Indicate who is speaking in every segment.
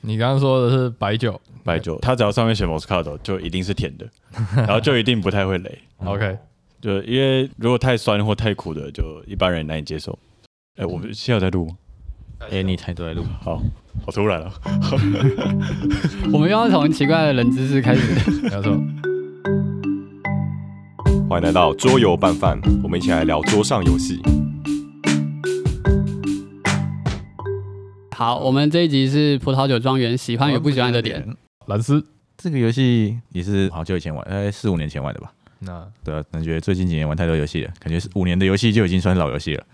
Speaker 1: 你刚刚说的是白酒
Speaker 2: 白酒，它只要上面写 Moscato 就一定是 甜的，然后就一定不太会雷，
Speaker 3: 嗯
Speaker 1: ，OK，
Speaker 2: 就因为如果太酸或太苦的，就一般人难以接受。哎、我
Speaker 4: 嗯
Speaker 2: 们现在有在录吗？
Speaker 3: 哎，你太对路，
Speaker 2: 好，好突然啊！
Speaker 5: 我们又要从奇怪的冷知识开 始。
Speaker 1: 没有错。
Speaker 4: 欢迎来到桌游拌饭，我们一起来聊桌上游戏。
Speaker 5: 好，我们这一集是葡萄酒庄园，喜
Speaker 3: 啊
Speaker 5: 欢与不喜欢的点。
Speaker 1: 蓝斯，
Speaker 3: 这个游戏也是好久以前玩，哎，四五年前玩的吧？
Speaker 1: 那
Speaker 3: 对啊，感觉最近几年玩太多游戏了，感觉是五年的游戏就已经算是老游戏了。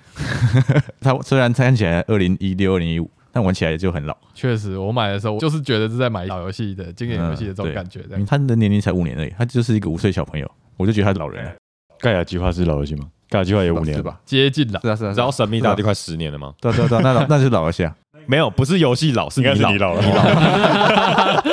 Speaker 3: 它虽然看起来二零一六、二零一五，但玩起来就很老。
Speaker 1: 确实，我买的时候就是觉得是在买老游戏的经典游戏的这种
Speaker 3: 嗯
Speaker 1: 感觉，这
Speaker 3: 因为
Speaker 1: 样
Speaker 3: 他的年龄才五年而已，他就是一个五岁小朋友，我就觉得他是老人了，
Speaker 2: 盖亚计划是老游戏吗？盖亚计划也五年
Speaker 3: 是
Speaker 2: 了？
Speaker 3: 吧？
Speaker 1: 接近了。
Speaker 3: 是啊，是啊，
Speaker 4: 你
Speaker 3: 是
Speaker 4: 知道
Speaker 3: 啊
Speaker 4: 《神秘大帝》快十年了吗？
Speaker 3: 对啊对啊对啊，那老那就是老游戏啊。
Speaker 4: 没有，不是游戏老，是
Speaker 2: 应该
Speaker 4: 你
Speaker 2: 是
Speaker 4: 老
Speaker 2: 你。老了。你 老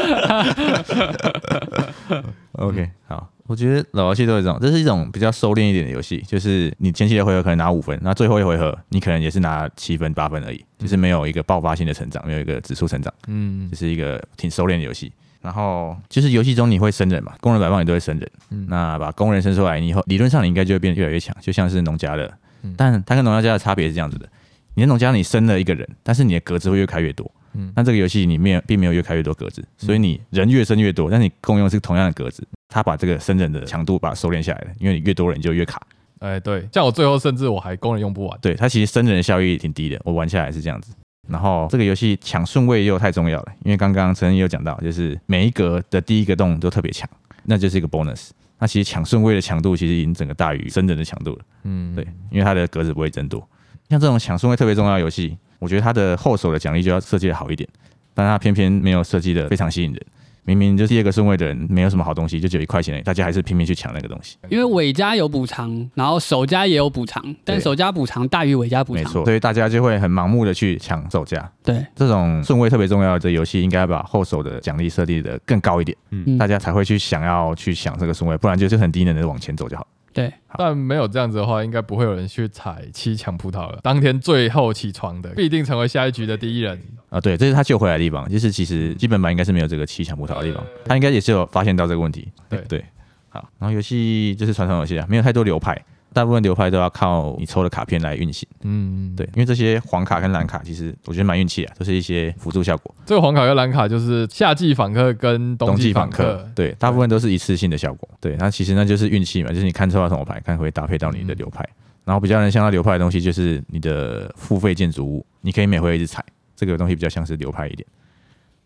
Speaker 3: OK，好，我觉得老游戏都是这种，这是一种比较收敛一点的游戏，就是你前期的回合可能拿五分，那最后一回合你可能也是拿七分八分而已，就是没有一个爆发性的成长，没有一个指数成长，
Speaker 1: 嗯
Speaker 3: 这，是一个挺收敛的游戏。然后就是游戏中你会生人嘛，工人摆放你都会生人，
Speaker 1: 嗯
Speaker 3: 那把工人生出来以后，理论上你应该就会变得越来越强，就像是农家乐
Speaker 1: 嗯。
Speaker 3: 但它跟农家乐的差别是这样子的：你的农家你生了一个人，但是你的格子会越开越多。
Speaker 1: 嗯
Speaker 3: 那这个游戏里面并没有越开越多格子，所以你人越生越多，但你共用是同样的格子，它把这个生人的强度把它收敛下来了，因为你越多人就越卡。
Speaker 1: 哎，对，像我最后甚至我还工人用不完，
Speaker 3: 对，它其实生人的效益挺低的，我玩下来是这样子。然后这个游戏抢顺位又太重要了，因为刚刚陈恩也有讲到，就是每一格的第一个洞都特别强，那就是一个 bonus。那其实抢顺位的强度其实已经整个大于生人的强度了，
Speaker 1: 嗯，
Speaker 3: 对，因为它的格子不会增多。像这种抢顺位特别重要的游戏，我觉得它的后手的奖励就要设计的好一点，但它偏偏没有设计的非常吸引人。明明就第二个顺位的人没有什么好东西，就只有一块钱而已，大家还是拼命去抢那个东西。
Speaker 5: 因为尾家有补偿，然后首家也有补偿，但
Speaker 3: 对
Speaker 5: 首家补偿大于尾家补
Speaker 3: 没
Speaker 5: 偿。
Speaker 3: 错，所以大家就会很盲目的去抢手价，
Speaker 5: 对，
Speaker 3: 这种顺位特别重要的游戏，应该把后手的奖励设定的更高一点，
Speaker 5: 嗯
Speaker 3: 大家才会去想要去想这个顺位，不然就是很低能的往前走就好。
Speaker 5: 对，
Speaker 1: 但没有这样子的话，应该不会有人去采七抢葡萄了。当天最后起床的，必定成为下一局的第一人。
Speaker 3: 啊、对，这是他救回来的地方，就是其实基本版应该是没有这个七抢葡萄的地方，他应该也是有发现到这个问题。
Speaker 1: 对
Speaker 3: 对，好，然后游戏就是传统游戏啊，没有太多流派，大部分流派都要靠你抽的卡片来运行。
Speaker 1: 嗯，
Speaker 3: 对，因为这些黄卡跟蓝卡其实我觉得蛮运气啊，都是一些辅助效果。
Speaker 1: 这个黄卡跟蓝卡就是夏季访客跟冬季访
Speaker 3: 客，对，大部分都是一次性的效果。对，那其实那就是运气嘛，就是你看抽到什么牌，看会搭配到你的流派。然后比较能像到流派的东西，就是你的付费建筑物，你可以每回合一直踩，这个东西比较像是流派一点。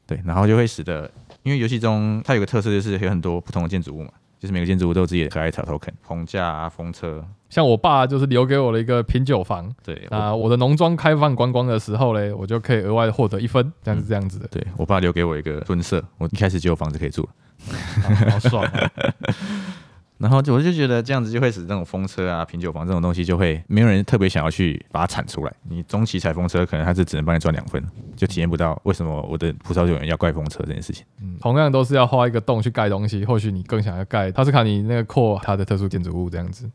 Speaker 3: 对，然后就会使得，因为游戏中它有个特色就是有很多不同的建筑物嘛，就是每个建筑物都有自己的可爱小 token，棚架啊、风车，
Speaker 1: 像我爸就是留给我了一个品酒房，
Speaker 3: 对，我
Speaker 1: 那我的农庄开放观光的时候嘞，我就可以额外获得一分，这样是这样 子的，
Speaker 3: 对我爸留给我一个蹲舍，我一开始就有房子可以住了。
Speaker 1: 啊好爽啊！
Speaker 3: 然后就我就觉得这样子就会使这种风车啊、品酒房这种东西就会没有人特别想要去把它产出来。你中期采风车，可能它是只能帮你赚两分，就体验不到为什么我的葡萄酒园要怪风车这件事情。
Speaker 1: 嗯同样都是要画一个洞去盖东西，或许你更想要盖塔斯卡尼那个扩它的特殊建筑物这样子。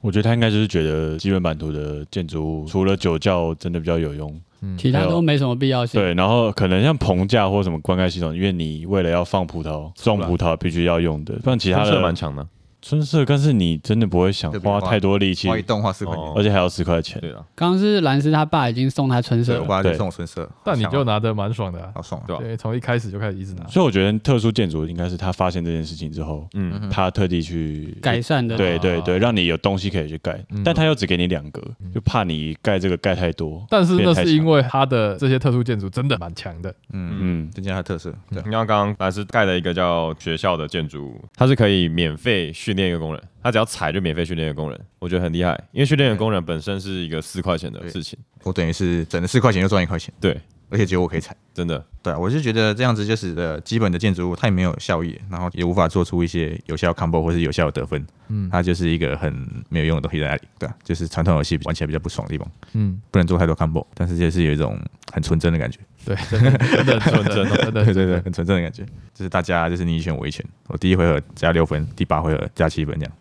Speaker 2: 我觉得他应该就是觉得基本版图的建筑物除了酒窖真的比较有用，
Speaker 1: 嗯，
Speaker 5: 其他都没什么必要性。
Speaker 2: 对，然后可能像棚架或什么灌溉系统，因为你为了要放葡萄、种葡萄必须要用的，不然其他
Speaker 4: 他
Speaker 2: 的
Speaker 4: 的蛮强的，
Speaker 2: 春色，但是你真的不会想
Speaker 3: 特别
Speaker 2: 花哦
Speaker 3: 花
Speaker 2: 太多力气，
Speaker 3: 动画四
Speaker 4: 块钱
Speaker 1: 哦
Speaker 2: 而且还要十块钱。
Speaker 4: 对啊，
Speaker 5: 刚刚是兰斯他爸已经送他春色了，
Speaker 3: 爸
Speaker 2: 就送
Speaker 3: 我春色，
Speaker 1: 但啊你就拿的蛮爽的、啊，
Speaker 3: 好爽啊
Speaker 4: 对吧？
Speaker 1: 对，从一开始就开始一直拿。
Speaker 2: 所以我觉得特殊建筑应该是他发现这件事情之后，
Speaker 4: 嗯，
Speaker 2: 他特地去
Speaker 5: 改善的。
Speaker 2: 对对对，让你有东西可以去盖，
Speaker 1: 嗯
Speaker 2: 但他又只给你两格，就怕你盖这个盖太多。
Speaker 1: 但是那
Speaker 2: 变太
Speaker 1: 是
Speaker 2: 强
Speaker 1: 因为它的这些特殊建筑真的蛮强的，
Speaker 3: 嗯，
Speaker 2: 嗯，
Speaker 3: 增加它的特色。对
Speaker 4: 你看刚刚还是盖了一个叫学校的建筑物，它是可以免费训练一个工人，他只要踩就免费训练一个工人，我觉得很厉害，因为训练一个工人本身是一个四块钱的
Speaker 3: 对
Speaker 4: 事情，
Speaker 3: 我等于是整了四块钱又赚一块钱，
Speaker 4: 对，
Speaker 3: 而且只有我可以踩。
Speaker 4: 真的，
Speaker 3: 对啊，我就觉得这样子就使得基本的建筑物太没有效益，然后也无法做出一些有效的 combo 或是有效的得分。
Speaker 1: 嗯
Speaker 3: 它就是一个很没有用的东西在那里。对啊，就是传统游戏玩起来比较不爽的地方，
Speaker 1: 嗯，
Speaker 3: 不能做太多 combo，但是就是有一种很纯真的感觉。
Speaker 1: 对，真的真的真的真的
Speaker 3: 对对对，，很纯正的感觉，就是大家就是你一拳我一拳，我第一回合加六分，第八回合加七分这样。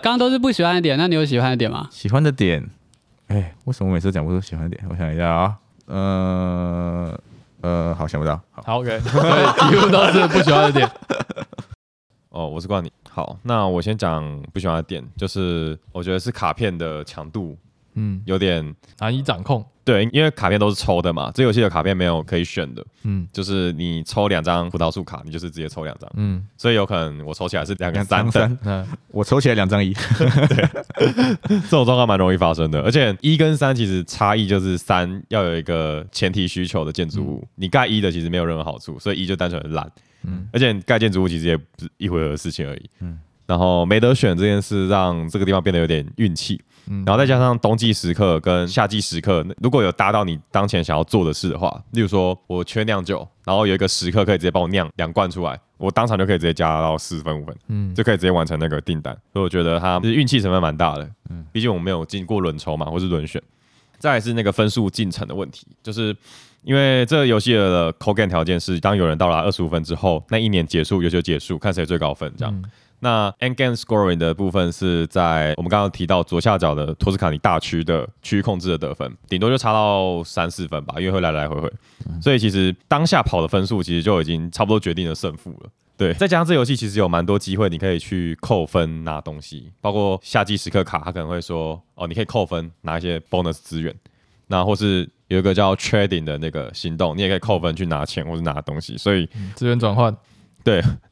Speaker 5: 刚刚都是不喜欢的点，那你有喜欢的点吗？
Speaker 3: 喜欢的点，哎，为什么我每次都讲不出喜欢的点？我想一下啊，呃，呃，好，想不到。好，
Speaker 1: 好，OK，所以几乎都是不喜欢的点。
Speaker 4: 哦，我是冠你。好，那我先讲不喜欢的点，就是我觉得是卡片的强度
Speaker 1: 嗯，
Speaker 4: 有点
Speaker 1: 难以掌控。
Speaker 4: 对，因为卡片都是抽的嘛，这游戏的卡片没有可以选的，
Speaker 1: 嗯
Speaker 4: 就是你抽两张葡萄树卡，你就是直接抽两张，
Speaker 1: 嗯，
Speaker 4: 所以有可能我抽起来是两个
Speaker 3: 两
Speaker 4: 三
Speaker 3: 张
Speaker 4: 等，
Speaker 3: 三，
Speaker 1: 那
Speaker 3: 我抽起来两张一，
Speaker 4: 这种状况蛮容易发生的。而且一跟三其实差异就是三要有一个前提需求的建筑物，你盖一的其实没有任何好处，所以一就单纯很懒。
Speaker 1: 嗯
Speaker 4: 而且盖建筑物其实也不是一回合的事情而已。
Speaker 3: 嗯
Speaker 4: 然后没得选这件事让这个地方变得有点运气，
Speaker 1: 嗯
Speaker 4: 然后再加上冬季时刻跟夏季时刻，如果有搭到你当前想要做的事的话，例如说我缺酿酒，然后有一个时刻可以直接帮我酿两罐出来，我当场就可以直接加到四分五分，
Speaker 1: 嗯
Speaker 4: 就可以直接完成那个订单。所以我觉得它就是运气成分蛮大的，嗯，毕竟我们没有经过轮抽嘛，或是轮选。再来是那个分数进程的问题，就是因为这个游戏的扣 game 条件是，当有人到达二十五分之后，那一年结束，游戏就结束，看谁最高分这样。那 end game scoring 的部分是在我们刚刚提到左下角的托斯卡尼大区的区域控制的得分，顶多就差到三四分吧，因为会来来回回，所以其实当下跑的分数其实就已经差不多决定了胜负了。对，再加上这游戏其实有蛮多机会，你可以去扣分拿东西，包括夏季时刻卡，它可能会说哦，你可以扣分拿一些 bonus 资源，那或是有一个叫 trading 的那个行动，你也可以扣分去拿钱或是拿东西，所以
Speaker 1: 资源转换，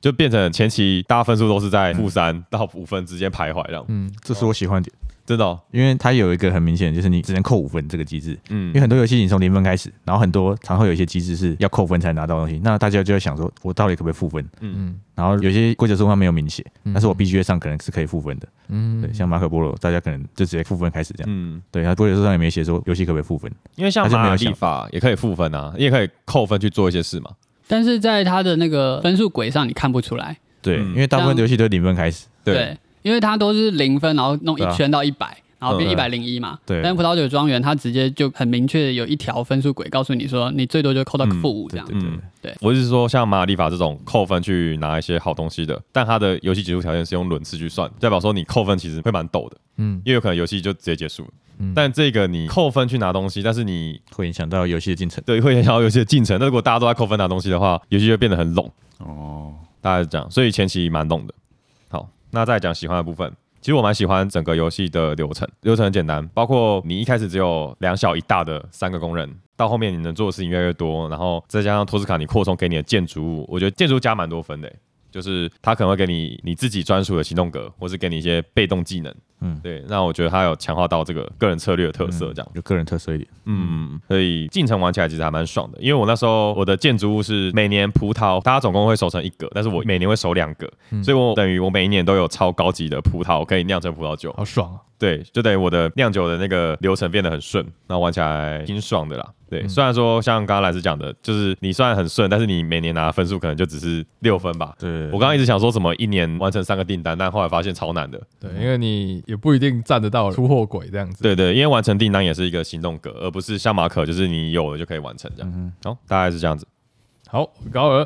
Speaker 4: 就变成前期大家分数都是在负三到五分之间徘徊这样，
Speaker 1: 嗯
Speaker 3: 这是我喜欢的点，
Speaker 4: 真的、哦，
Speaker 3: 因为它有一个很明显，就是你只能扣五分这个机制。因
Speaker 4: 嗯
Speaker 3: 为，很多游戏你从零分开始，然后很多常会有一些机制是要扣分才拿到东西，那大家就会想说，我到底可不可以负分？
Speaker 1: 嗯
Speaker 3: 然后有些规则书上没有明写，
Speaker 1: 嗯
Speaker 3: 但是我 BGA 上可能是可以负分的。
Speaker 1: 嗯，
Speaker 3: 对，像马可波罗，大家可能就直接负分开始这样。
Speaker 4: 嗯，
Speaker 3: 对，然后规则书上也没写说游戏可不可以负分。
Speaker 4: 因为像
Speaker 3: 还是没
Speaker 4: 马
Speaker 3: 有
Speaker 4: 尔
Speaker 3: 想
Speaker 4: 立法也可以负分啊，你也可以扣分去做一些事嘛，
Speaker 5: 但是在它的那个分数轨上你看不出来，
Speaker 3: 对，
Speaker 4: 嗯
Speaker 3: 因为大部分的游戏都是零分开始。
Speaker 4: 对，
Speaker 5: 因为它都是零分，然后弄
Speaker 3: 对啊
Speaker 5: 一圈到一百、然后变
Speaker 4: 嗯
Speaker 5: 一百零一嘛。
Speaker 3: 对
Speaker 5: 但是葡萄酒庄园它直接就很明确有一条分数轨告诉你说，你最多就扣到
Speaker 4: 嗯
Speaker 5: 负五这
Speaker 3: 对
Speaker 5: 样。
Speaker 3: 对对
Speaker 4: 嗯，我是说，像马尔利法这种扣分去拿一些好东西的，但它的游戏结束条件是用轮次去算，代表说你扣分其实会蛮陡的，
Speaker 1: 嗯
Speaker 4: 因为有可能游戏就直接结束了。
Speaker 1: 嗯
Speaker 4: 但这个你扣分去拿东西，但是你
Speaker 3: 会影响到游戏的进程。
Speaker 4: 对会影响到游戏的进程。那如果大家都在扣分拿东西的话，游戏就会变得很拢，
Speaker 2: 哦，
Speaker 4: 大概是这样。所以前期蛮拢的。好，那再讲喜欢的部分。其实我蛮喜欢整个游戏的流程，流程很简单，包括你一开始只有两小一大的三个工人，到后面你能做的事情越来越多，然后再加上托斯卡你扩充给你的建筑物，我觉得建筑物加蛮多分的欸、就是它可能会给你你自己专属的行动格，或是给你一些被动技能。
Speaker 3: 嗯
Speaker 4: 嗯，对，那我觉得它有强化到这个个人策略的特色，这样。
Speaker 3: 就个人特色一点。
Speaker 4: 嗯，所以进程玩起来其实还蛮爽的，因为我那时候我的建筑物是每年葡萄，大家总共会熟成一个，但是我每年会熟两个，所以我等于我每一年都有超高级的葡萄可以酿成葡萄酒，
Speaker 1: 好爽啊！
Speaker 4: 对，就等于我的酿酒的那个流程变得很顺，那玩起来挺爽的啦。对，虽然说像刚刚来师讲的，就是你虽然很顺，但是你每年拿的分数可能就只是六分吧。
Speaker 3: 对
Speaker 4: 我刚刚一直想说怎么一年完成三个订单，但后来发现超难的。
Speaker 1: 对，因为你也不一定站得到出货轨这样子。
Speaker 4: 对对，因为完成订单也是一个行动格，而不是像马可，就是你有了就可以完成这样。好、大概是这样子。
Speaker 1: 好，高尔，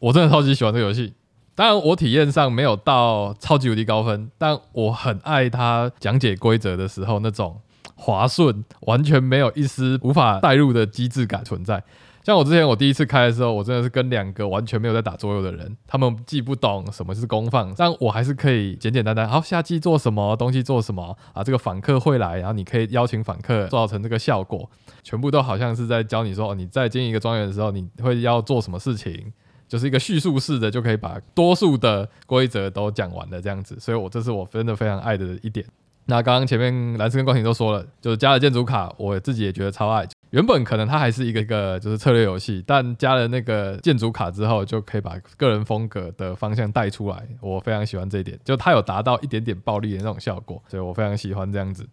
Speaker 1: 我真的超级喜欢这个游戏。当然，我体验上没有到超级无敌高分，但我很爱他讲解规则的时候那种滑顺，完全没有一丝无法代入的机制感存在。像我之前我第一次开的时候，我真的是跟两个完全没有在打桌游的人，他们既不懂什么是公放，但我还是可以简简单单，好下季做什么东西做什么啊，这个访客会来，然后你可以邀请访客，造成这个效果，全部都好像是在教你说，哦，你在经营一个庄园的时候，你会要做什么事情，就是一个叙述式的，就可以把多数的规则都讲完了这样子。所以我这是我真的非常爱的一点。那刚刚前面蓝斯跟光庭都说了，就是加了建筑卡，我自己也觉得超爱。原本可能它还是一个一个就是策略游戏，但加了那个建筑卡之后，就可以把个人风格的方向带出来。我非常喜欢这一点，就它有达到一点点暴力的那种效果，所以我非常喜欢这样子。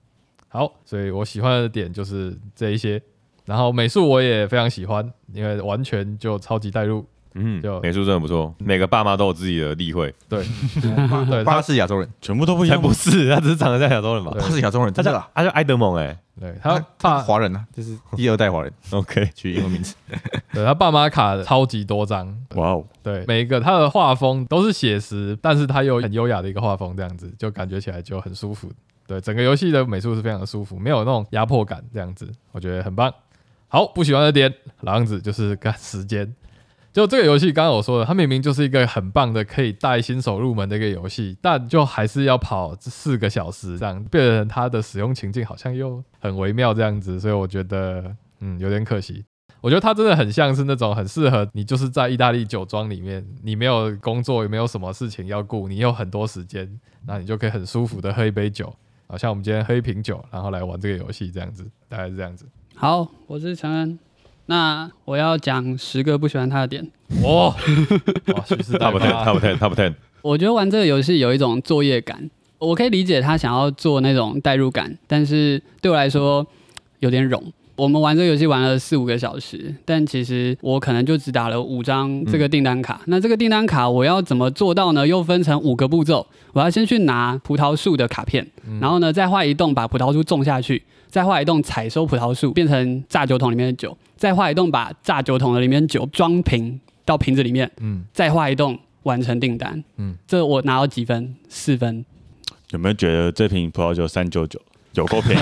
Speaker 1: 好，所以我喜欢的点就是这一些。然后美术我也非常喜欢，因为完全就超级带入。
Speaker 4: 嗯
Speaker 1: 就，
Speaker 4: 美术真的不错，每个爸妈都有自己的例会，
Speaker 1: 对，对，
Speaker 3: 巴
Speaker 1: 他
Speaker 3: 是亚洲人，
Speaker 2: 全部都不一
Speaker 4: 才
Speaker 2: 样吗
Speaker 4: 不，是，他只是长得像亚洲人吧？
Speaker 1: 对
Speaker 3: 他是亚洲人，
Speaker 4: 他
Speaker 3: 真
Speaker 4: 叫
Speaker 3: 的啊。
Speaker 4: 他叫埃德蒙哎、
Speaker 1: 对
Speaker 3: 他
Speaker 1: 他
Speaker 3: 他
Speaker 1: 爸
Speaker 3: 是华人啊，就是第二代华人，
Speaker 4: OK，
Speaker 3: 取英文名字。
Speaker 1: 对他爸妈卡的超级多张，
Speaker 2: 哇哦，
Speaker 1: 对每一个他的画风都是写实，但是他有很优雅的一个画风，这样子就感觉起来就很舒服。对，整个游戏的美术是非常的舒服，没有那种压迫感，这样子我觉得很棒。好，不喜欢的点，老样子就是干时间。就这个游戏，刚刚我说的，它明明就是一个很棒的可以带新手入门的一个游戏，但就还是要跑四个小时这样，变成它的使用情境好像又很微妙这样子，所以我觉得嗯有点可惜。我觉得它真的很像是那种很适合你，就是在意大利酒庄里面，你没有工作，也没有什么事情要顾，你有很多时间，那你就可以很舒服的喝一杯酒，好像我们今天喝一瓶酒，然后来玩这个游戏这样子，大概是这样子。
Speaker 5: 好，我是陈恩。那我要讲十个不喜欢他的点。
Speaker 1: 哇，哇，蓄势待发
Speaker 4: Top ten，Top ten，Top ten，
Speaker 5: 我觉得玩这个游戏有一种作业感，我可以理解他想要做那种代入感，但是对我来说有点冗。我们玩这个游戏玩了四五个小时，但其实我可能就只打了五张这个订单卡。那这个订单卡我要怎么做到呢？又分成五个步骤，我要先去拿葡萄树的卡片，然后呢再画一栋把葡萄树种下去，再画一栋采收葡萄树变成榨酒桶里面的酒，再画一栋把榨酒桶的里面酒装瓶到瓶子里面，
Speaker 1: 嗯，
Speaker 5: 再画一栋完成订单。
Speaker 1: 嗯
Speaker 5: 嗯，这我拿到几分？四分。
Speaker 2: 有没有觉得这瓶葡萄酒三九九有够便宜？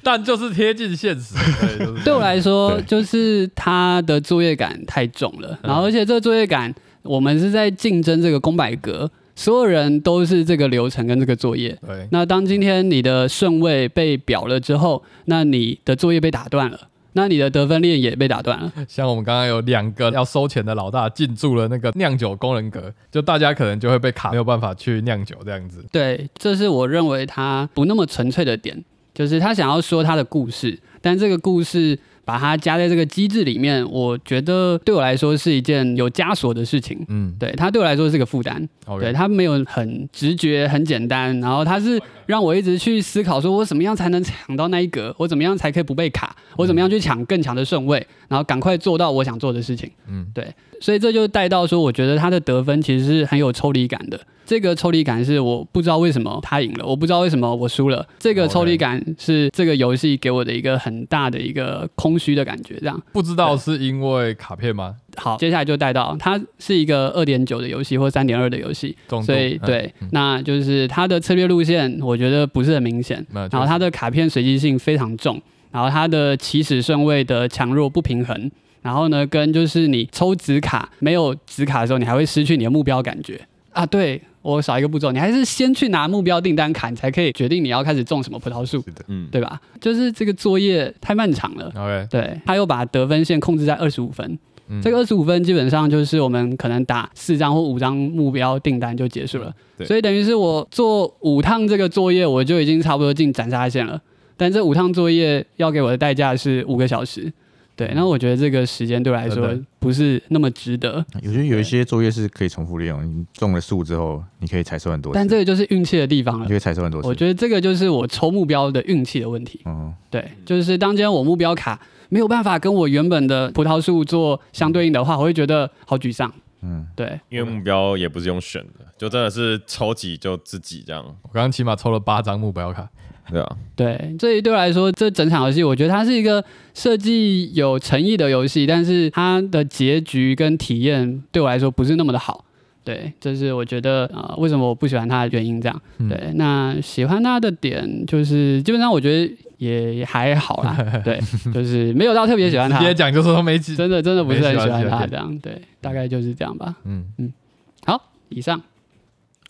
Speaker 1: 但就是贴近现实，对，就是
Speaker 5: 对我来说
Speaker 2: 对，
Speaker 5: 就是他的作业感太重了，然后而且这个作业感，我们是在竞争这个公百格，所有人都是这个流程跟这个作业。
Speaker 1: 对，
Speaker 5: 那当今天你的顺位被表了之后，那你的作业被打断了，那你的得分链也被打断了。
Speaker 1: 像我们刚刚有两个要收钱的老大进驻了那个酿酒工人格，就大家可能就会被卡，没有办法去酿酒这样子。
Speaker 5: 对，这是我认为他不那么纯粹的点，就是他想要说他的故事，但这个故事把它加在这个机制里面，我觉得对我来说是一件有枷锁的事情。
Speaker 1: 嗯
Speaker 5: 对它对我来说是个负担，对
Speaker 1: ，OK，
Speaker 5: 它没有很直觉、很简单，然后它是让我一直去思考，说我怎么样才能抢到那一格，我怎么样才可以不被卡，我怎么
Speaker 1: 嗯
Speaker 5: 样去抢更强的顺位，然后赶快做到我想做的事情。
Speaker 1: 嗯，
Speaker 5: 对，所以这就带到说，我觉得他的得分其实是很有抽离感的。这个抽离感是我不知道为什么他赢了，我不知道为什么我输了。这
Speaker 1: 哦
Speaker 5: 个
Speaker 1: OK
Speaker 5: 抽离感是这个游戏给我的一个很大的一个空虚的感觉。这样
Speaker 1: 不知道是因为卡片吗？
Speaker 5: 好，接下来就带到它是一个二点九的游戏或三点二的游戏，
Speaker 1: 重度
Speaker 5: 所以
Speaker 1: 嗯
Speaker 5: 对，那就是它的策略路线，我觉得不是很明显。
Speaker 1: 那就
Speaker 5: 然后它的卡片随机性非常重，然后它的起始顺位的强弱不平衡，然后呢，跟就是你抽紫卡没有紫卡的时候，你还会失去你的目标感觉啊。对我少一个步骤，你还是先去拿目标订单卡，你才可以决定你要开始种什么葡萄树，
Speaker 4: 嗯，
Speaker 5: 对吧？就是这个作业太漫长了。
Speaker 1: OK，
Speaker 5: 对，他又把得分线控制在二十五分，
Speaker 1: 嗯
Speaker 5: 这个二十五分基本上就是我们可能打四张或五张目标订单就结束了，
Speaker 4: 对
Speaker 5: 所以等于是我做五趟这个作业，我就已经差不多进斩杀线了。但这五趟作业要给我的代价是五个小时，对，那我觉得这个时间对我来说
Speaker 1: 真的
Speaker 5: 不是那么值得，
Speaker 3: 有些有一些作业是可以重复利用，你种了树之后，你可以采收很多次，
Speaker 5: 但这个就是运气的地方
Speaker 3: 你
Speaker 5: 了
Speaker 3: 可。以采收很多次。
Speaker 5: 我觉得这个就是我抽目标的运气的问题。
Speaker 3: 嗯，
Speaker 5: 对，就是当今天我目标卡没有办法跟我原本的葡萄树做相对应的话，我会觉得好沮丧。嗯
Speaker 3: 嗯，
Speaker 5: 对，
Speaker 4: 因为目标也不是用选的，就真的是抽几就自己这样，
Speaker 1: 我刚刚起码抽了八张目标卡，
Speaker 4: 对啊，
Speaker 5: 对，所以对我来说，这整场游戏，我觉得它是一个设计有诚意的游戏，但是它的结局跟体验对我来说不是那么的好。对，这是我觉得呃，为什么我不喜欢它的原因。这样，
Speaker 1: 嗯
Speaker 5: 对，那喜欢它的点就是，基本上我觉得也也还好啦。对，就是没有到特别喜欢它
Speaker 1: 直，接讲就是说没几，
Speaker 5: 真的真的不是很喜
Speaker 1: 没
Speaker 5: 欢
Speaker 1: 喜欢
Speaker 5: 它
Speaker 1: 它
Speaker 5: 这样。对，大概就是这样吧。
Speaker 1: 嗯，
Speaker 5: 好，以上。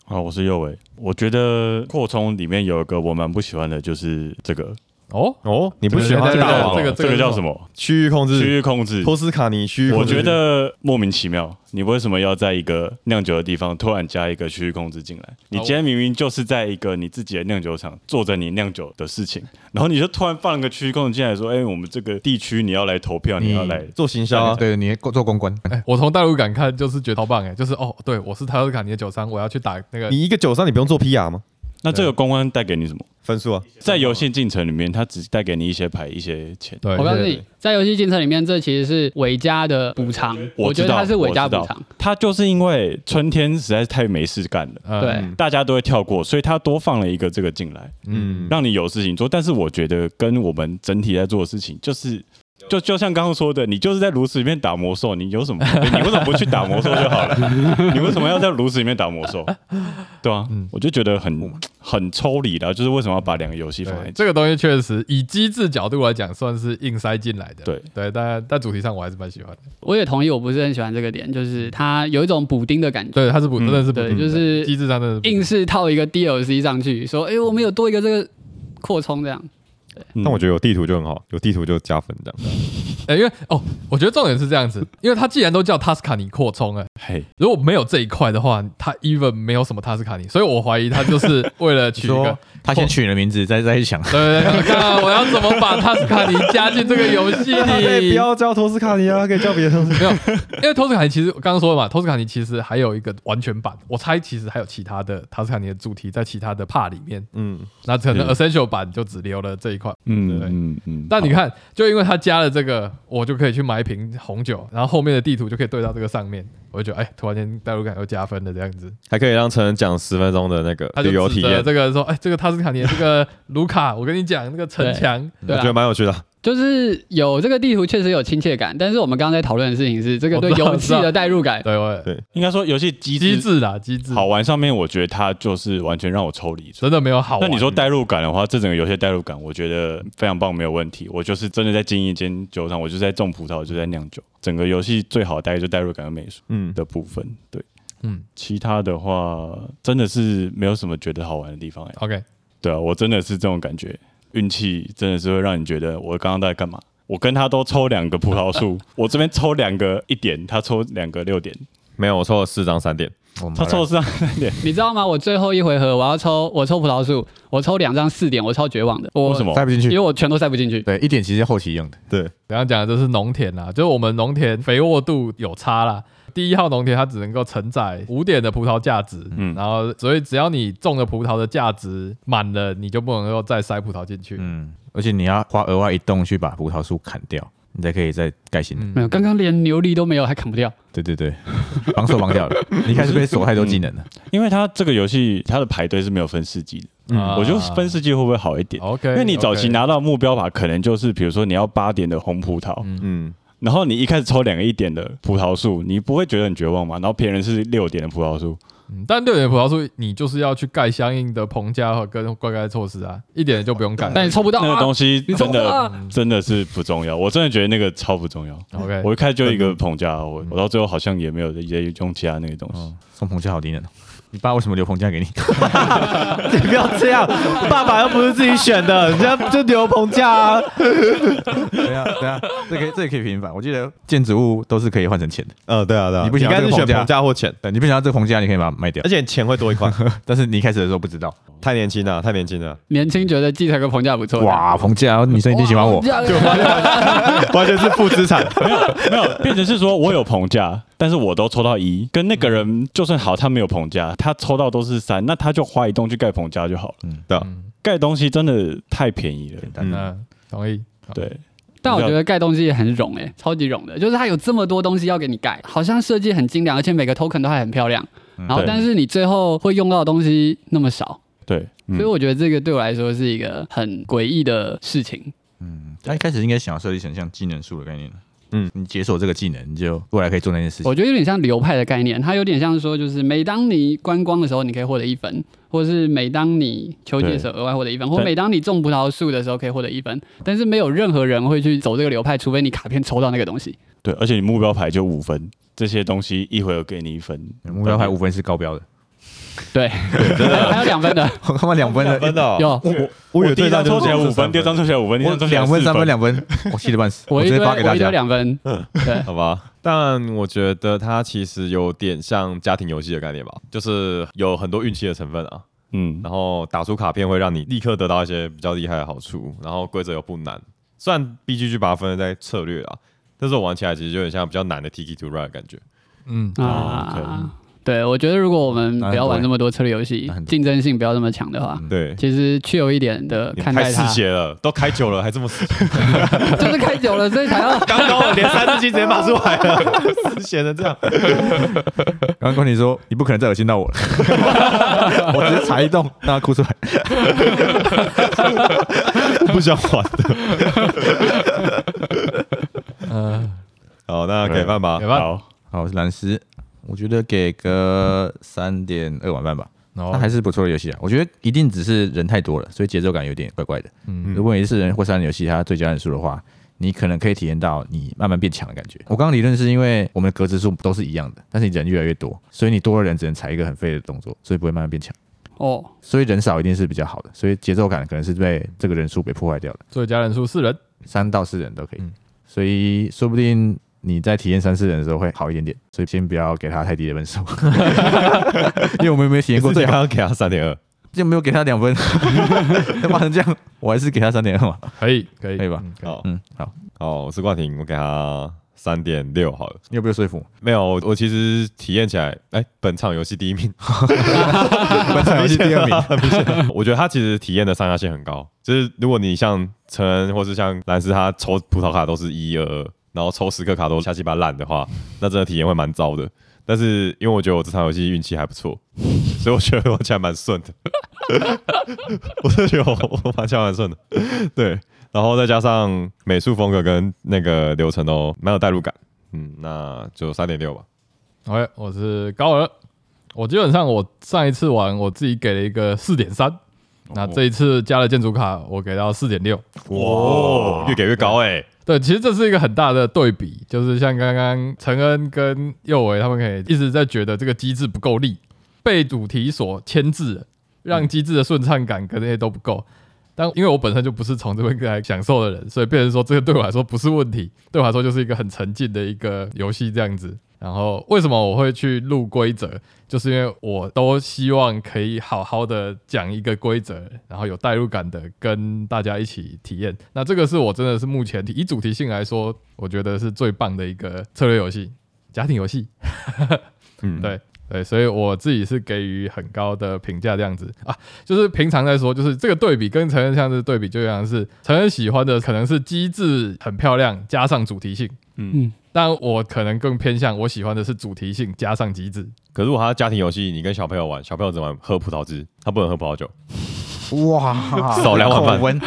Speaker 2: 好，我是右伟。我觉得扩充里面有一个我蛮不喜欢的，就是这个
Speaker 1: 哦，
Speaker 4: 哦，你不喜欢
Speaker 1: 对
Speaker 4: 这
Speaker 1: 对对
Speaker 4: 个
Speaker 1: 这
Speaker 4: 这
Speaker 1: 个
Speaker 4: 个
Speaker 2: 这个叫什么？
Speaker 4: 区域控制，
Speaker 2: 区域控制。
Speaker 4: 托斯卡尼区域控
Speaker 2: 我
Speaker 4: 制，
Speaker 2: 觉得莫名其妙，你为什么要在一个酿酒的地方突然加一个区域控制进来？你今天明明就是在一个你自己的酿酒厂做着你酿酒的事情，然后你就突然放一个区域控制进来，说：“哎、我们这个地区你要来投票，你要来。
Speaker 4: 做行销啊，
Speaker 3: 对，你做公关，
Speaker 1: 哎，我从代入感看就是觉得好棒哎，就是哦，对我是泰勒卡尼的酒商，我要去打那个
Speaker 4: 你一个九三你不用做 PR 吗？
Speaker 2: 那这个公关带给你什么？
Speaker 4: 分数啊，
Speaker 2: 在游戏进程里面，它只带给你一些牌、一些钱。
Speaker 1: 对，
Speaker 5: 我告诉
Speaker 1: 哎对
Speaker 5: 你，在游戏竞争里面，这其实是伟嘉的补偿，我觉
Speaker 2: 知
Speaker 5: 得
Speaker 2: 道
Speaker 5: 它是伟嘉补
Speaker 2: 我知
Speaker 5: 偿
Speaker 2: 道。它就是因为春天实在是太没事干了，
Speaker 1: 嗯
Speaker 5: 对
Speaker 2: 大家都会跳过，所以它多放了一个这个进来。
Speaker 4: 嗯，
Speaker 2: 让你有事情做。但是我觉得跟我们整体在做的事情，就是就就像刚刚说的，你就是在炉石里面打魔兽，你有什么？ 你为什么不去打
Speaker 1: 嗯
Speaker 2: 魔兽就好了？你为什么要在炉石里面打魔兽？对啊，我就觉得很很抽离的，就是为什么要把两个游戏放在一
Speaker 1: 对，
Speaker 2: 起？
Speaker 1: 这个东西确实以机制角度来讲，算是硬塞进来的。
Speaker 2: 对
Speaker 1: 对，但但主题上我还是蛮喜欢的。
Speaker 5: 我也同意，我不是很喜欢这个点，就是它有一种补丁的感觉，
Speaker 1: 对，它是补，
Speaker 4: 嗯
Speaker 1: 真的是补
Speaker 5: 对
Speaker 1: 丁的
Speaker 5: 就是
Speaker 1: 机制上真的是补丁
Speaker 5: 硬是套一个 DLC 上去，说哎、我们有多一个这个扩充这样。
Speaker 2: 嗯
Speaker 4: 但我觉得有地图就很好，有地图就加分这样。
Speaker 1: 哎、因为哦，我觉得重点是这样子，因为它既然都叫塔斯卡尼扩充，哎，
Speaker 2: 嘿，
Speaker 1: 如果没有这一块的话，它 even 没有什么塔斯卡尼，所以我怀疑它就是为了取一个
Speaker 3: 说，他先取了名字，再再去 想。
Speaker 1: 对对对，看我要怎么把塔斯卡尼加进这个游戏里？
Speaker 4: 叫托斯卡尼啊，可以叫别的东西。
Speaker 1: 没有，因为托斯卡尼其实我刚刚说了嘛，托斯卡尼其实还有一个完全版，我猜其实还有其他的塔斯卡尼的主题在其他的 part 里面，
Speaker 4: 嗯，
Speaker 1: 那可能
Speaker 2: 嗯
Speaker 1: essential 版就只留了这一块。
Speaker 2: 嗯
Speaker 1: 对
Speaker 2: 嗯嗯，
Speaker 1: 但你看，就因为他加了这个，我就可以去买一瓶红酒，然后后面的地图就可以对到这个上面，我就觉得哎、突然间代入感又加分了这样子。
Speaker 4: 还可以让成人讲十分钟的那个
Speaker 1: 他就
Speaker 4: 旅游体
Speaker 1: 指着
Speaker 4: 验，
Speaker 1: 这个说，哎、这个塔斯卡尼的这个卢卡，我跟你讲，那个城墙，
Speaker 4: 我
Speaker 5: 对
Speaker 4: 觉
Speaker 5: 啊
Speaker 4: 得，蛮有趣的。
Speaker 5: 就是有这个地图确实有亲切感，但是我们刚刚在讨论的事情是这个 对
Speaker 1: 我知道
Speaker 5: 游戏的代入感。
Speaker 1: 对，我
Speaker 4: 对
Speaker 2: 应该说游戏机
Speaker 1: 机
Speaker 2: 制
Speaker 1: 制啦，机制
Speaker 2: 好玩上面，我觉得它就是完全让我抽离出来。
Speaker 1: 真的没有好
Speaker 2: 那
Speaker 1: 玩。
Speaker 2: 你说代入感的话，这整个游戏的代入感，我觉得非常棒，没有问题。我就是真的在经营一间酒厂，我就是在种葡萄，我就是在酿酒。整个游戏最好的代入就代入感和美术
Speaker 4: 嗯，
Speaker 2: 的部分。对，
Speaker 1: 嗯
Speaker 2: 其他的话真的是没有什么觉得好玩的地方、欸。
Speaker 1: ，OK，
Speaker 2: 对啊，我真的是这种感觉，运气真的是会让你觉得我刚刚在干嘛。我跟他都抽两个葡萄树，我这边抽两个一 点，他抽两个六点，
Speaker 4: 没有，我抽了四张三点，
Speaker 3: 我们
Speaker 2: 他抽的是让
Speaker 5: 你知道吗？我最后一回合我要抽，我抽葡萄树，我抽两张四点，我超绝望的。我
Speaker 2: 为什么
Speaker 3: 塞不进
Speaker 5: 因为
Speaker 3: 去。
Speaker 5: 我全都塞不进去。
Speaker 3: 对，一点其实是后期用的，
Speaker 1: 怎样讲？就是农田啦，就是我们农田肥沃度有差啦。第一号农田它只能够承载五点的葡萄价值，嗯，
Speaker 2: 嗯
Speaker 1: 然后所以只要你种的葡萄的价值满了，你就不能够再塞葡萄进去。
Speaker 3: 嗯，而且你要花额外一栋去把葡萄树砍掉，你才可以再盖新的。
Speaker 1: 嗯
Speaker 5: 没有，刚刚连牛力都没有，还砍不掉。
Speaker 3: 对对 对，防守防掉了，你一开始被锁太多技能了。
Speaker 2: 因为他这个游戏它的排队是没有分世纪的，
Speaker 1: 啊
Speaker 2: 嗯我觉得分世纪会不会好一点？
Speaker 1: OK，
Speaker 2: 因为你早期
Speaker 1: OK
Speaker 2: 拿到目标法，可能就是比如说你要八点的红葡萄，
Speaker 4: 嗯，
Speaker 2: 然后你一开始抽两个一点的葡萄树，你不会觉得很绝望嘛？然后别人是六点的葡萄树，
Speaker 1: 嗯但六点葡萄树你就是要去盖相应的棚架和跟灌溉措施啊，一点就不用盖。
Speaker 5: 但你抽不到、啊，
Speaker 2: 呃那个东西
Speaker 5: 你抽
Speaker 2: 真
Speaker 5: 不到
Speaker 2: 的、
Speaker 5: 啊、
Speaker 2: 真的是不重要，我真的觉得那个超不重要。
Speaker 1: OK，
Speaker 2: 我一开始就一个棚架，我我到最后好像也没有也用其他那个东西。
Speaker 3: 哦，送棚架好低能哦。你爸为什么留棚架给你？
Speaker 6: 你不要这样，爸爸又不是自己选的，人家就留棚架啊。
Speaker 3: 对啊，对啊，这可以，这也可以平反。我记得建筑物都是可以换成钱的，
Speaker 4: 呃，对啊，对
Speaker 3: 啊
Speaker 4: 你不
Speaker 3: 你应该
Speaker 4: 是
Speaker 3: 是
Speaker 4: 选
Speaker 3: 选
Speaker 4: 棚
Speaker 3: 棚
Speaker 4: 架或钱，
Speaker 3: 对，你不想要这个棚架，你可以把它卖掉
Speaker 4: 而。且钱会多一块。
Speaker 3: 但是你一开始的时候不知道，
Speaker 4: 太年轻了，太年轻了，
Speaker 5: 年轻觉得继承个棚架不错。
Speaker 3: 哇，啊棚架，女生一定喜欢我。
Speaker 4: 完全是负资产。
Speaker 2: 没有，变成是说我有棚架，但是我都抽到一，跟那个人就算好，他没有棚架，他抽到都是三，那他就花一栋去盖棚架就好了。
Speaker 3: 嗯
Speaker 4: 对啊
Speaker 1: 嗯
Speaker 2: 盖东西真的太便宜了，
Speaker 3: 嗯
Speaker 1: 嗯，同意。
Speaker 2: 对。
Speaker 5: 但我觉得盖东西也很冗哎、超级冗的，就是它有这么多东西要给你盖，好像设计很精良，而且每个 token 都还很漂亮。然后，
Speaker 2: 嗯对
Speaker 5: 但是你最后会用到的东西那么少，
Speaker 2: 对，嗯
Speaker 5: 所以我觉得这个对我来说是一个很诡异的事情。
Speaker 3: 嗯，他一开始应该想要设计成像技能树的概念。嗯
Speaker 4: 嗯，
Speaker 3: 你解锁这个技能，你就未来可以做那件事情。
Speaker 5: 我觉得有点像流派的概念，它有点像说，就是每当你观光的时候，你可以获得一分，或是每当你求解的时候额外获得一分，或
Speaker 2: 对
Speaker 5: 每当你种葡萄树的时候可以获得一分。但是没有任何人会去走这个流派，除非你卡片抽到那个东西。
Speaker 2: 对，而且你目标牌就五分，这些东西一会儿给你一分，
Speaker 3: 嗯目标牌五分是高标的，
Speaker 5: 对， 还有两分的，
Speaker 3: 我他妈两分的，
Speaker 4: 真的哦，
Speaker 5: 有
Speaker 4: 我以为
Speaker 2: 第一
Speaker 4: 对
Speaker 2: 张
Speaker 4: 战
Speaker 2: 抽起来
Speaker 4: 就是
Speaker 2: 五分，第二张抽起来五分，第
Speaker 3: 我
Speaker 2: 三张抽起来
Speaker 3: 两分、
Speaker 2: 四
Speaker 3: 三分、，两分，我气得半死。
Speaker 5: 我一
Speaker 3: 直
Speaker 5: 堆
Speaker 3: 接发给
Speaker 5: 我
Speaker 3: 大
Speaker 5: 一堆
Speaker 3: 家。
Speaker 5: 两分，对。
Speaker 4: 好吧，但我觉得它其实有点像家庭游戏的概念吧，就是有很多运气的成分啊。
Speaker 2: 嗯，
Speaker 4: 然后打出卡片会让你立刻得到一些比较厉害的好处，然后规则又不难。虽然 B G G 把它分在策略啊，但是我玩起来其实有点像比较难的 Tiki to Ride 的感觉。
Speaker 1: 嗯，
Speaker 5: 啊，对，我觉得如果我们不要玩那么多策略游戏
Speaker 3: 哦那很，多嗯
Speaker 5: 竞争性不要那么强的话，
Speaker 4: 对，
Speaker 5: 其实去有一点的
Speaker 4: 你
Speaker 5: 看
Speaker 4: 开
Speaker 5: 待
Speaker 4: 四
Speaker 5: 它，
Speaker 4: 血了，都开久了还这么死，
Speaker 5: 就是开久了，所以才要。
Speaker 4: 刚刚我连三字经直接骂出来 了，四血的这样。
Speaker 3: 然后跟你说，你不可能再恶心到我了， 我直接踩一洞让他哭出来。
Speaker 4: 不想玩 的。
Speaker 1: 嗯，
Speaker 4: 好，那呃给饭吧
Speaker 1: 给。
Speaker 2: 好，
Speaker 3: 好，我是蓝斯，我觉得给个三点二碗半吧。
Speaker 1: 然后
Speaker 3: 它还是不错的游戏啊。我觉得一定只是人太多了，所以节奏感有点怪怪的。嗯，如果你是人或三人游戏，它最佳人数的话，你可能可以体验到你慢慢变强的感觉。我刚刚理论是因为我们的格子数都是一样的，但是你人越来越多，所以你多的人只能踩一个很废的动作，所以不会慢慢变强。
Speaker 5: 哦，
Speaker 3: 所以人少一定是比较好的，所以节奏感可能是被这个人数给破坏掉了。
Speaker 1: 最佳人数四人，
Speaker 3: 三到四人都可以，
Speaker 1: 嗯
Speaker 3: 所以说不定你在体验三四人的时候会好一点点，所以先不要给他太低的分 数，因为我们没有体验过
Speaker 4: 我
Speaker 3: 最
Speaker 4: 最
Speaker 3: 高，
Speaker 4: 高给他三点二，
Speaker 3: 就没有给他两 分，他骂成这样，我还是给他三点二嘛，
Speaker 1: 可以可以
Speaker 3: 可以吧？
Speaker 1: 嗯
Speaker 4: 好
Speaker 3: 嗯，好，
Speaker 4: 好，我是冠廷，我给他三点六好了。
Speaker 3: 你有没有说服？
Speaker 4: 没有，我我其实体验起来，哎、本场游戏第一名，
Speaker 3: 本场游戏第二名，
Speaker 4: 我觉得他其实体验的上下限很高。就是如果你像陈恩或是像兰斯，他抽葡萄卡都是一二二，然后抽十克卡都下鸡巴烂的话，那真的体验会蛮糟的。但是因为我觉得我这场游戏运气还不错，所以我觉得玩起来蛮顺的。 我是觉得我我玩起来蛮顺的，对。然后再加上美术风格跟那个流程都蛮有代入感，嗯，那就三点六吧。
Speaker 1: 喂，我是高尔。我基本上我上一次玩，我自己给了一个四点三，那这一次加了建筑卡，我给到四点六。
Speaker 4: 哇，越给越高哎、
Speaker 1: 对，其实这是一个很大的对比，就是像刚刚陈恩跟佑维他们可以一直在觉得这个机制不够力，被主题所牵制了，让机制的顺畅感跟那些都不够。但因为我本身就不是从这边来享受的人，所以变成说这个对我来说不是问题，对我来说就是一个很沉浸的一个游戏这样子。然后为什么我会去录规则，就是因为我都希望可以好好的讲一个规则，然后有代入感的跟大家一起体验。那这个是我真的是目前以主题性来说，我觉得是最棒的一个策略游戏、家庭游戏。
Speaker 4: 嗯，
Speaker 1: 对对，所以我自己是给予很高的评价这样子啊。就是平常在说，就是这个对比跟成人像是对比，就像是成人喜欢的可能是机制很漂亮，加上主题性。
Speaker 5: 嗯，
Speaker 1: 但我可能更偏向我喜欢的是主题性加上机制，
Speaker 4: 可是如果他家庭游戏，你跟小朋友玩，小朋友只玩喝葡萄汁，他不能喝葡萄酒。
Speaker 3: 哇，
Speaker 4: 少两碗饭
Speaker 3: 口温，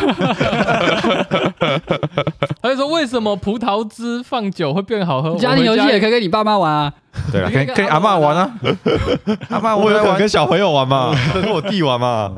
Speaker 1: 他就说为什么葡萄汁放酒会变好喝？
Speaker 5: 家庭游戏也可
Speaker 1: 以。
Speaker 5: 以跟你爸妈玩啊。
Speaker 3: 对了，
Speaker 1: 你可
Speaker 3: 可
Speaker 1: 以
Speaker 3: 以
Speaker 1: 跟
Speaker 3: 可以阿
Speaker 1: 阿嬷
Speaker 3: 嬷玩啊，阿嬷
Speaker 4: 我
Speaker 3: 我
Speaker 4: 有
Speaker 3: 来
Speaker 4: 可能
Speaker 3: 玩啊
Speaker 4: 跟，小朋友玩 嘛，跟我弟玩嘛。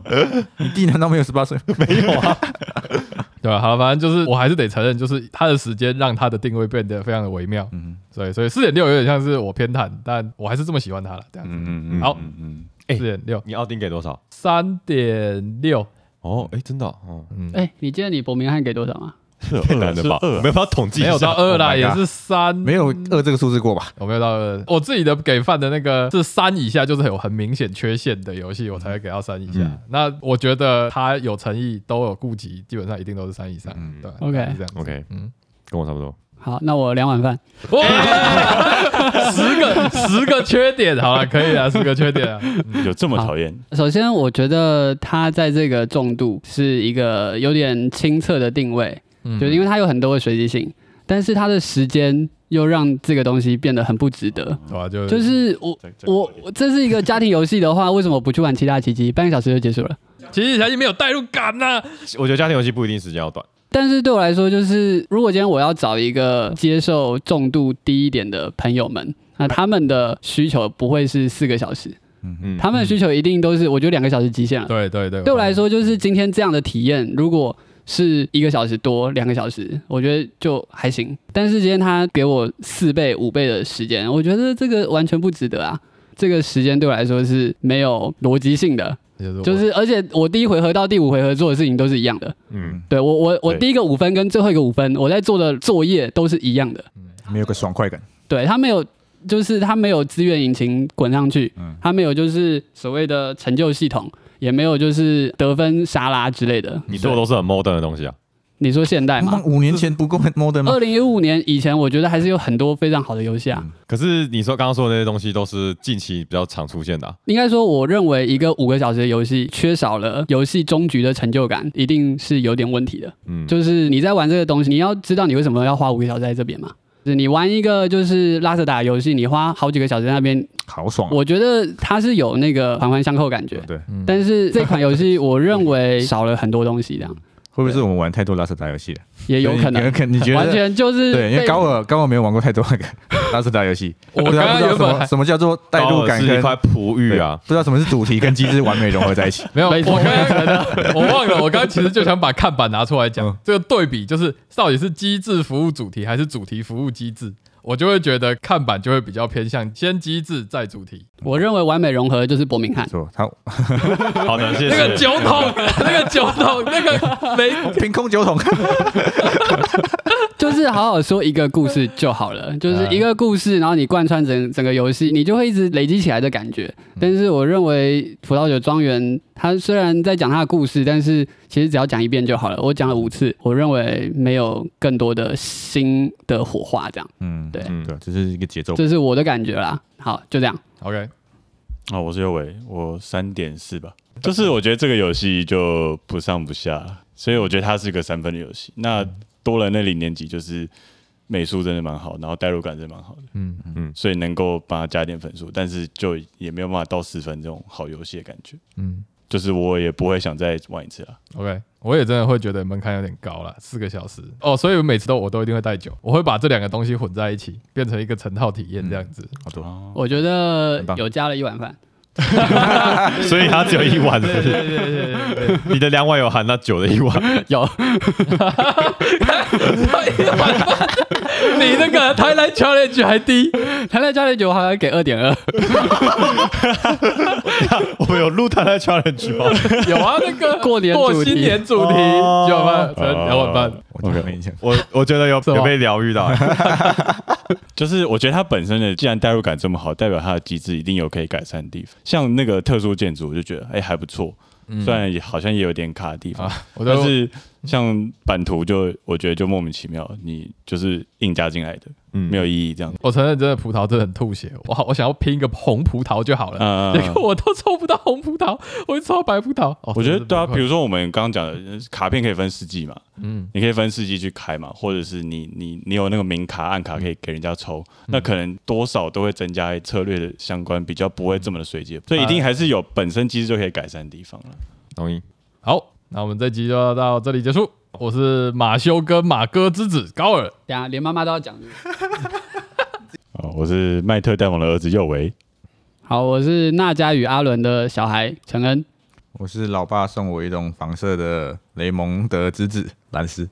Speaker 3: 你弟难道没有十八岁？
Speaker 1: 对吧、好，反正就是我还是得承认，就是他的时间让他的定位变得非常的微妙。嗯，所以所以四点六有点像是我偏袒，但我还是这么喜欢他了。这样子，
Speaker 2: 嗯嗯嗯，
Speaker 1: 好
Speaker 2: 嗯嗯，
Speaker 4: 哎
Speaker 1: 四点六，
Speaker 4: 你奥丁给多少？
Speaker 1: 三点六，
Speaker 4: 哦，哎，真的哦，嗯，
Speaker 5: 哎、你记得你伯明翰给多少吗？
Speaker 4: 是太难了 吧？
Speaker 2: 啊
Speaker 4: 我们要不要统计一
Speaker 1: 没
Speaker 4: 下？
Speaker 1: 有到二啦，
Speaker 4: Oh my
Speaker 1: 也
Speaker 4: god
Speaker 1: 是三，
Speaker 3: 没有二这个数字过吧？
Speaker 1: 我没有到二。我自己的给饭的那个是三以下，就是有很明显缺陷的游戏，我才会给到三以下。
Speaker 4: 嗯
Speaker 1: 那我觉得他有诚意，都有顾及，基本上一定都是三以上。
Speaker 4: 嗯
Speaker 1: 对啊
Speaker 5: OK
Speaker 1: 是这样子。
Speaker 4: OK，
Speaker 1: 嗯
Speaker 4: 嗯，跟我差不多。
Speaker 5: 好，那我两碗饭。
Speaker 1: 哇， 十个十个缺点，好了，可以啊，十个缺点啊。
Speaker 2: 有这么讨厌？
Speaker 5: 首先，我觉得它在这个重度是一个有点清澈的定位，
Speaker 1: 嗯
Speaker 5: 就是因为它有很多的随机性，但是它的时间又让这个东西变得很不值得。
Speaker 1: 对啊，就
Speaker 5: 就是我
Speaker 2: 这这
Speaker 5: 我我这是一个家庭游戏的话，为什么不去玩其他奇迹？半个小时就结束了。
Speaker 1: 其实小姐没有代入感呐、
Speaker 4: 我觉得家庭游戏不一定时间要短，
Speaker 5: 但是对我来说，就是如果今天我要找一个接受重度低一点的朋友们，那他们的需求不会是四个小时，
Speaker 4: 嗯，
Speaker 5: 他们的需求一定都是我觉得两个小时极限了。
Speaker 1: 对对对，
Speaker 5: 对我来，说，就是今天这样的体验，如果是一个小时多两个小时，我觉得就还行。但是今天他给我四倍五倍的时间，我觉得这个完全不值得啊！这个时间对我来说是没有逻辑性的，
Speaker 1: 就是
Speaker 5: 就
Speaker 1: 我
Speaker 5: 是而且我第一回合到第五回合做的事情都是一样的。
Speaker 4: 嗯，
Speaker 5: 对我我我
Speaker 2: 对
Speaker 5: 第一个五分跟最后一个五分，我在做的作业都是一样的。
Speaker 3: 没有个爽快感，
Speaker 5: 对他没有，就是他没有资源引擎滚上去，
Speaker 4: 嗯
Speaker 5: 他没有就是所谓的成就系统，也没有就是得分沙拉之类的。
Speaker 4: 你做的都是很 modern 的东西啊。
Speaker 5: 你说现代吗？
Speaker 3: 五年前不够 modern 吗
Speaker 5: 二？零一五年以前，我觉得还是有很多非常好的游戏啊。
Speaker 4: 可是你说刚刚说的那些东西都是近期比较常出现的啊，
Speaker 5: 应该说，我认为一个五个小时的游戏缺少了游戏终局的成就感，一定是有点问题的。
Speaker 4: 嗯，
Speaker 5: 就是你在玩这个东西，你要知道你为什么要花五个小时在这边嘛。就是你玩一个就是拉扯打游戏，你花好几个小时在那边，
Speaker 3: 好
Speaker 4: 哦
Speaker 3: 爽啊！
Speaker 5: 我觉得它是有那个环环相扣感觉。
Speaker 3: 对，
Speaker 5: 但 是这款游戏我认为少了很多东西，这样
Speaker 3: 会不会是我们玩太多拉扯打游戏了？
Speaker 5: 也有可
Speaker 3: 对
Speaker 5: 能
Speaker 3: 你可能你觉
Speaker 5: 完
Speaker 3: 得
Speaker 5: 全就是
Speaker 3: 对，因为
Speaker 5: 被
Speaker 3: 高尔高尔没有玩过太多那个 拉扯打游戏。
Speaker 1: 我
Speaker 3: 不知道
Speaker 1: 刚刚
Speaker 3: 不知道
Speaker 1: 原
Speaker 3: 什
Speaker 1: 本
Speaker 3: 么
Speaker 1: 还。
Speaker 3: 什么叫做代入感
Speaker 4: 刀是一
Speaker 3: 跟
Speaker 4: 块璞玉啊，
Speaker 3: 不知道什么是主题跟机制完美融合在一起
Speaker 1: 没有，我刚刚 我忘了，我刚刚其实就想把看板拿出来
Speaker 4: 嗯
Speaker 1: 讲，这个对比就是到底是机制服务主题还是主题服务机制，我就会觉得看板就会比较偏向先机制再主题。
Speaker 5: 我认为完美融合就是伯明 翰。
Speaker 3: 说他
Speaker 4: 好的，谢
Speaker 1: 那个
Speaker 4: 谢。
Speaker 1: 酒桶，那个酒桶，那个没
Speaker 3: 凭空酒桶，
Speaker 5: 就是好好说一个故事就好了，就是
Speaker 3: 嗯
Speaker 5: 一个故事，然后你贯穿整整个游戏，你就会一直累积起来的感觉。
Speaker 3: 嗯
Speaker 5: 但是我认为《葡萄酒庄园》它虽然在讲它的故事，但是其实只要讲一遍就好了。我讲了五次，我认为没有更多的新的火花，这样
Speaker 3: 嗯，
Speaker 5: 对
Speaker 4: 嗯
Speaker 3: 对，这是一个节奏。
Speaker 5: 这是我的感觉啦。好，就这样。
Speaker 1: OK，
Speaker 2: 啊、我是右伟，我三点四吧。就是我觉得这个游戏就不上不下，所以我觉得它是个三分的游戏。那多了那零年级就是美术真的蛮好，然后代入感真的蛮好的，
Speaker 1: 嗯
Speaker 2: 所以能够帮它加点分数，但是就也没有办法到四分这种好游戏的感觉。
Speaker 1: 嗯
Speaker 2: 就是我也不会想再玩一次啊了。
Speaker 1: ，OK，我也真的会觉得门槛有点高了，四个小时哦，所以每次都我都一定会带酒，我会把这两个东西混在一起，变成一个成套体验这样子。
Speaker 2: 嗯
Speaker 3: 哦
Speaker 5: 我觉得
Speaker 4: 很棒
Speaker 5: 有加了一碗饭，
Speaker 4: 所以它只有一碗，对对对对你的两碗有含那酒的一碗，
Speaker 5: 有
Speaker 1: 你那个台南 challenge 还低，
Speaker 5: 他在加了酒，好像给二点二，
Speaker 4: 我们有录它的 challenge 吗？
Speaker 1: 有啊，那个
Speaker 5: 过年
Speaker 1: 过
Speaker 5: 主题
Speaker 1: 新年主题，
Speaker 4: 哦
Speaker 1: 九万，两万半。
Speaker 3: 我就跟你讲，
Speaker 4: 我我觉得有
Speaker 1: 是吗
Speaker 4: 有被疗愈到，
Speaker 2: 就是我觉得它本身的，既然代入感这么好，代表它的机制一定有可以改善的地方。像那个特殊建筑，我就觉得哎、还不错，虽然也好像也有点卡的地方，
Speaker 1: 嗯啊，我
Speaker 2: 但
Speaker 1: 都
Speaker 2: 是像版图就我觉得就莫名其妙，你就是硬加进来的，
Speaker 4: 嗯
Speaker 2: 没有意义这样。
Speaker 1: 我承认，真的葡萄真的很吐血。我好，我想要拼一个红葡萄就好了，
Speaker 2: 呃，
Speaker 1: 结果我都抽不到红葡萄，我抽到白葡萄。哦
Speaker 2: 我觉得对啊，
Speaker 1: 真的
Speaker 2: 比
Speaker 1: 是
Speaker 2: 如说我们刚刚讲的呃卡片可以分四季嘛，
Speaker 1: 嗯
Speaker 2: 嗯，你可以分四季去开嘛，或者是你你你有那个明卡暗卡可以给人家抽，那可能多少都会增加策略的相关，比较不会这么的随机，所以一定还是有本身机制就可以改善的地方了。
Speaker 4: 同意。
Speaker 1: 好，那我们这集就到这里结束。我是马修跟马哥之子高尔，
Speaker 5: 等一下连妈妈都要讲。
Speaker 2: 哦，我是麦特戴蒙的儿子右维，
Speaker 5: 好，我是娜迦与阿伦的小孩陈恩。
Speaker 3: 我是老爸送我一栋房舍的雷蒙德之子兰斯。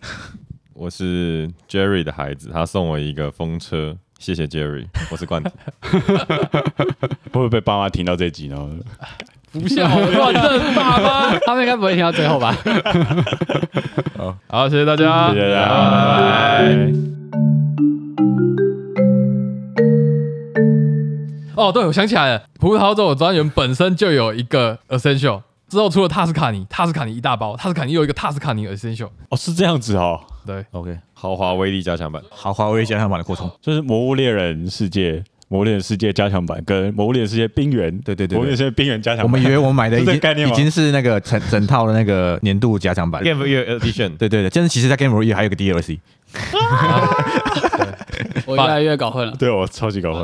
Speaker 4: 我是 Jerry 的孩子，他送我一个风车，谢谢 Jerry。我是冠廷，
Speaker 2: 会不会被爸妈听到这集呢？
Speaker 1: 不像我乱认爸妈。
Speaker 5: 他们应该不会听到最后吧？
Speaker 1: 好，谢谢大家，
Speaker 2: 谢谢大家，拜拜。
Speaker 1: 哦，对，我想起来了，葡萄酒庄园本身就有一个 essential，之后出了塔斯卡尼，塔斯卡尼一大包，塔斯卡尼又有一个塔斯卡尼 essential，
Speaker 2: 哦，是这样子哦，
Speaker 1: 对，
Speaker 3: OK，哦
Speaker 4: 豪华威力加强 版。
Speaker 3: 豪华威加上版的扩充。
Speaker 2: 就是《魔物猎人世界》《魔物猎人世界》加强版跟《魔物猎人世界：冰原》
Speaker 3: 对对对对
Speaker 2: 魔物猎人世界冰原》加强
Speaker 3: 我
Speaker 2: 版。
Speaker 3: 们以为我们买的已
Speaker 2: 是这个
Speaker 3: 经
Speaker 2: 概念
Speaker 3: 已
Speaker 2: 吗
Speaker 3: 经是那个整整套的那个年度加强版。
Speaker 4: Game Year Edition，
Speaker 3: 对对对，但是其实，在 Game Boy 还有一个 DLC。
Speaker 5: 我越来越搞混了。
Speaker 2: 对我超级搞混。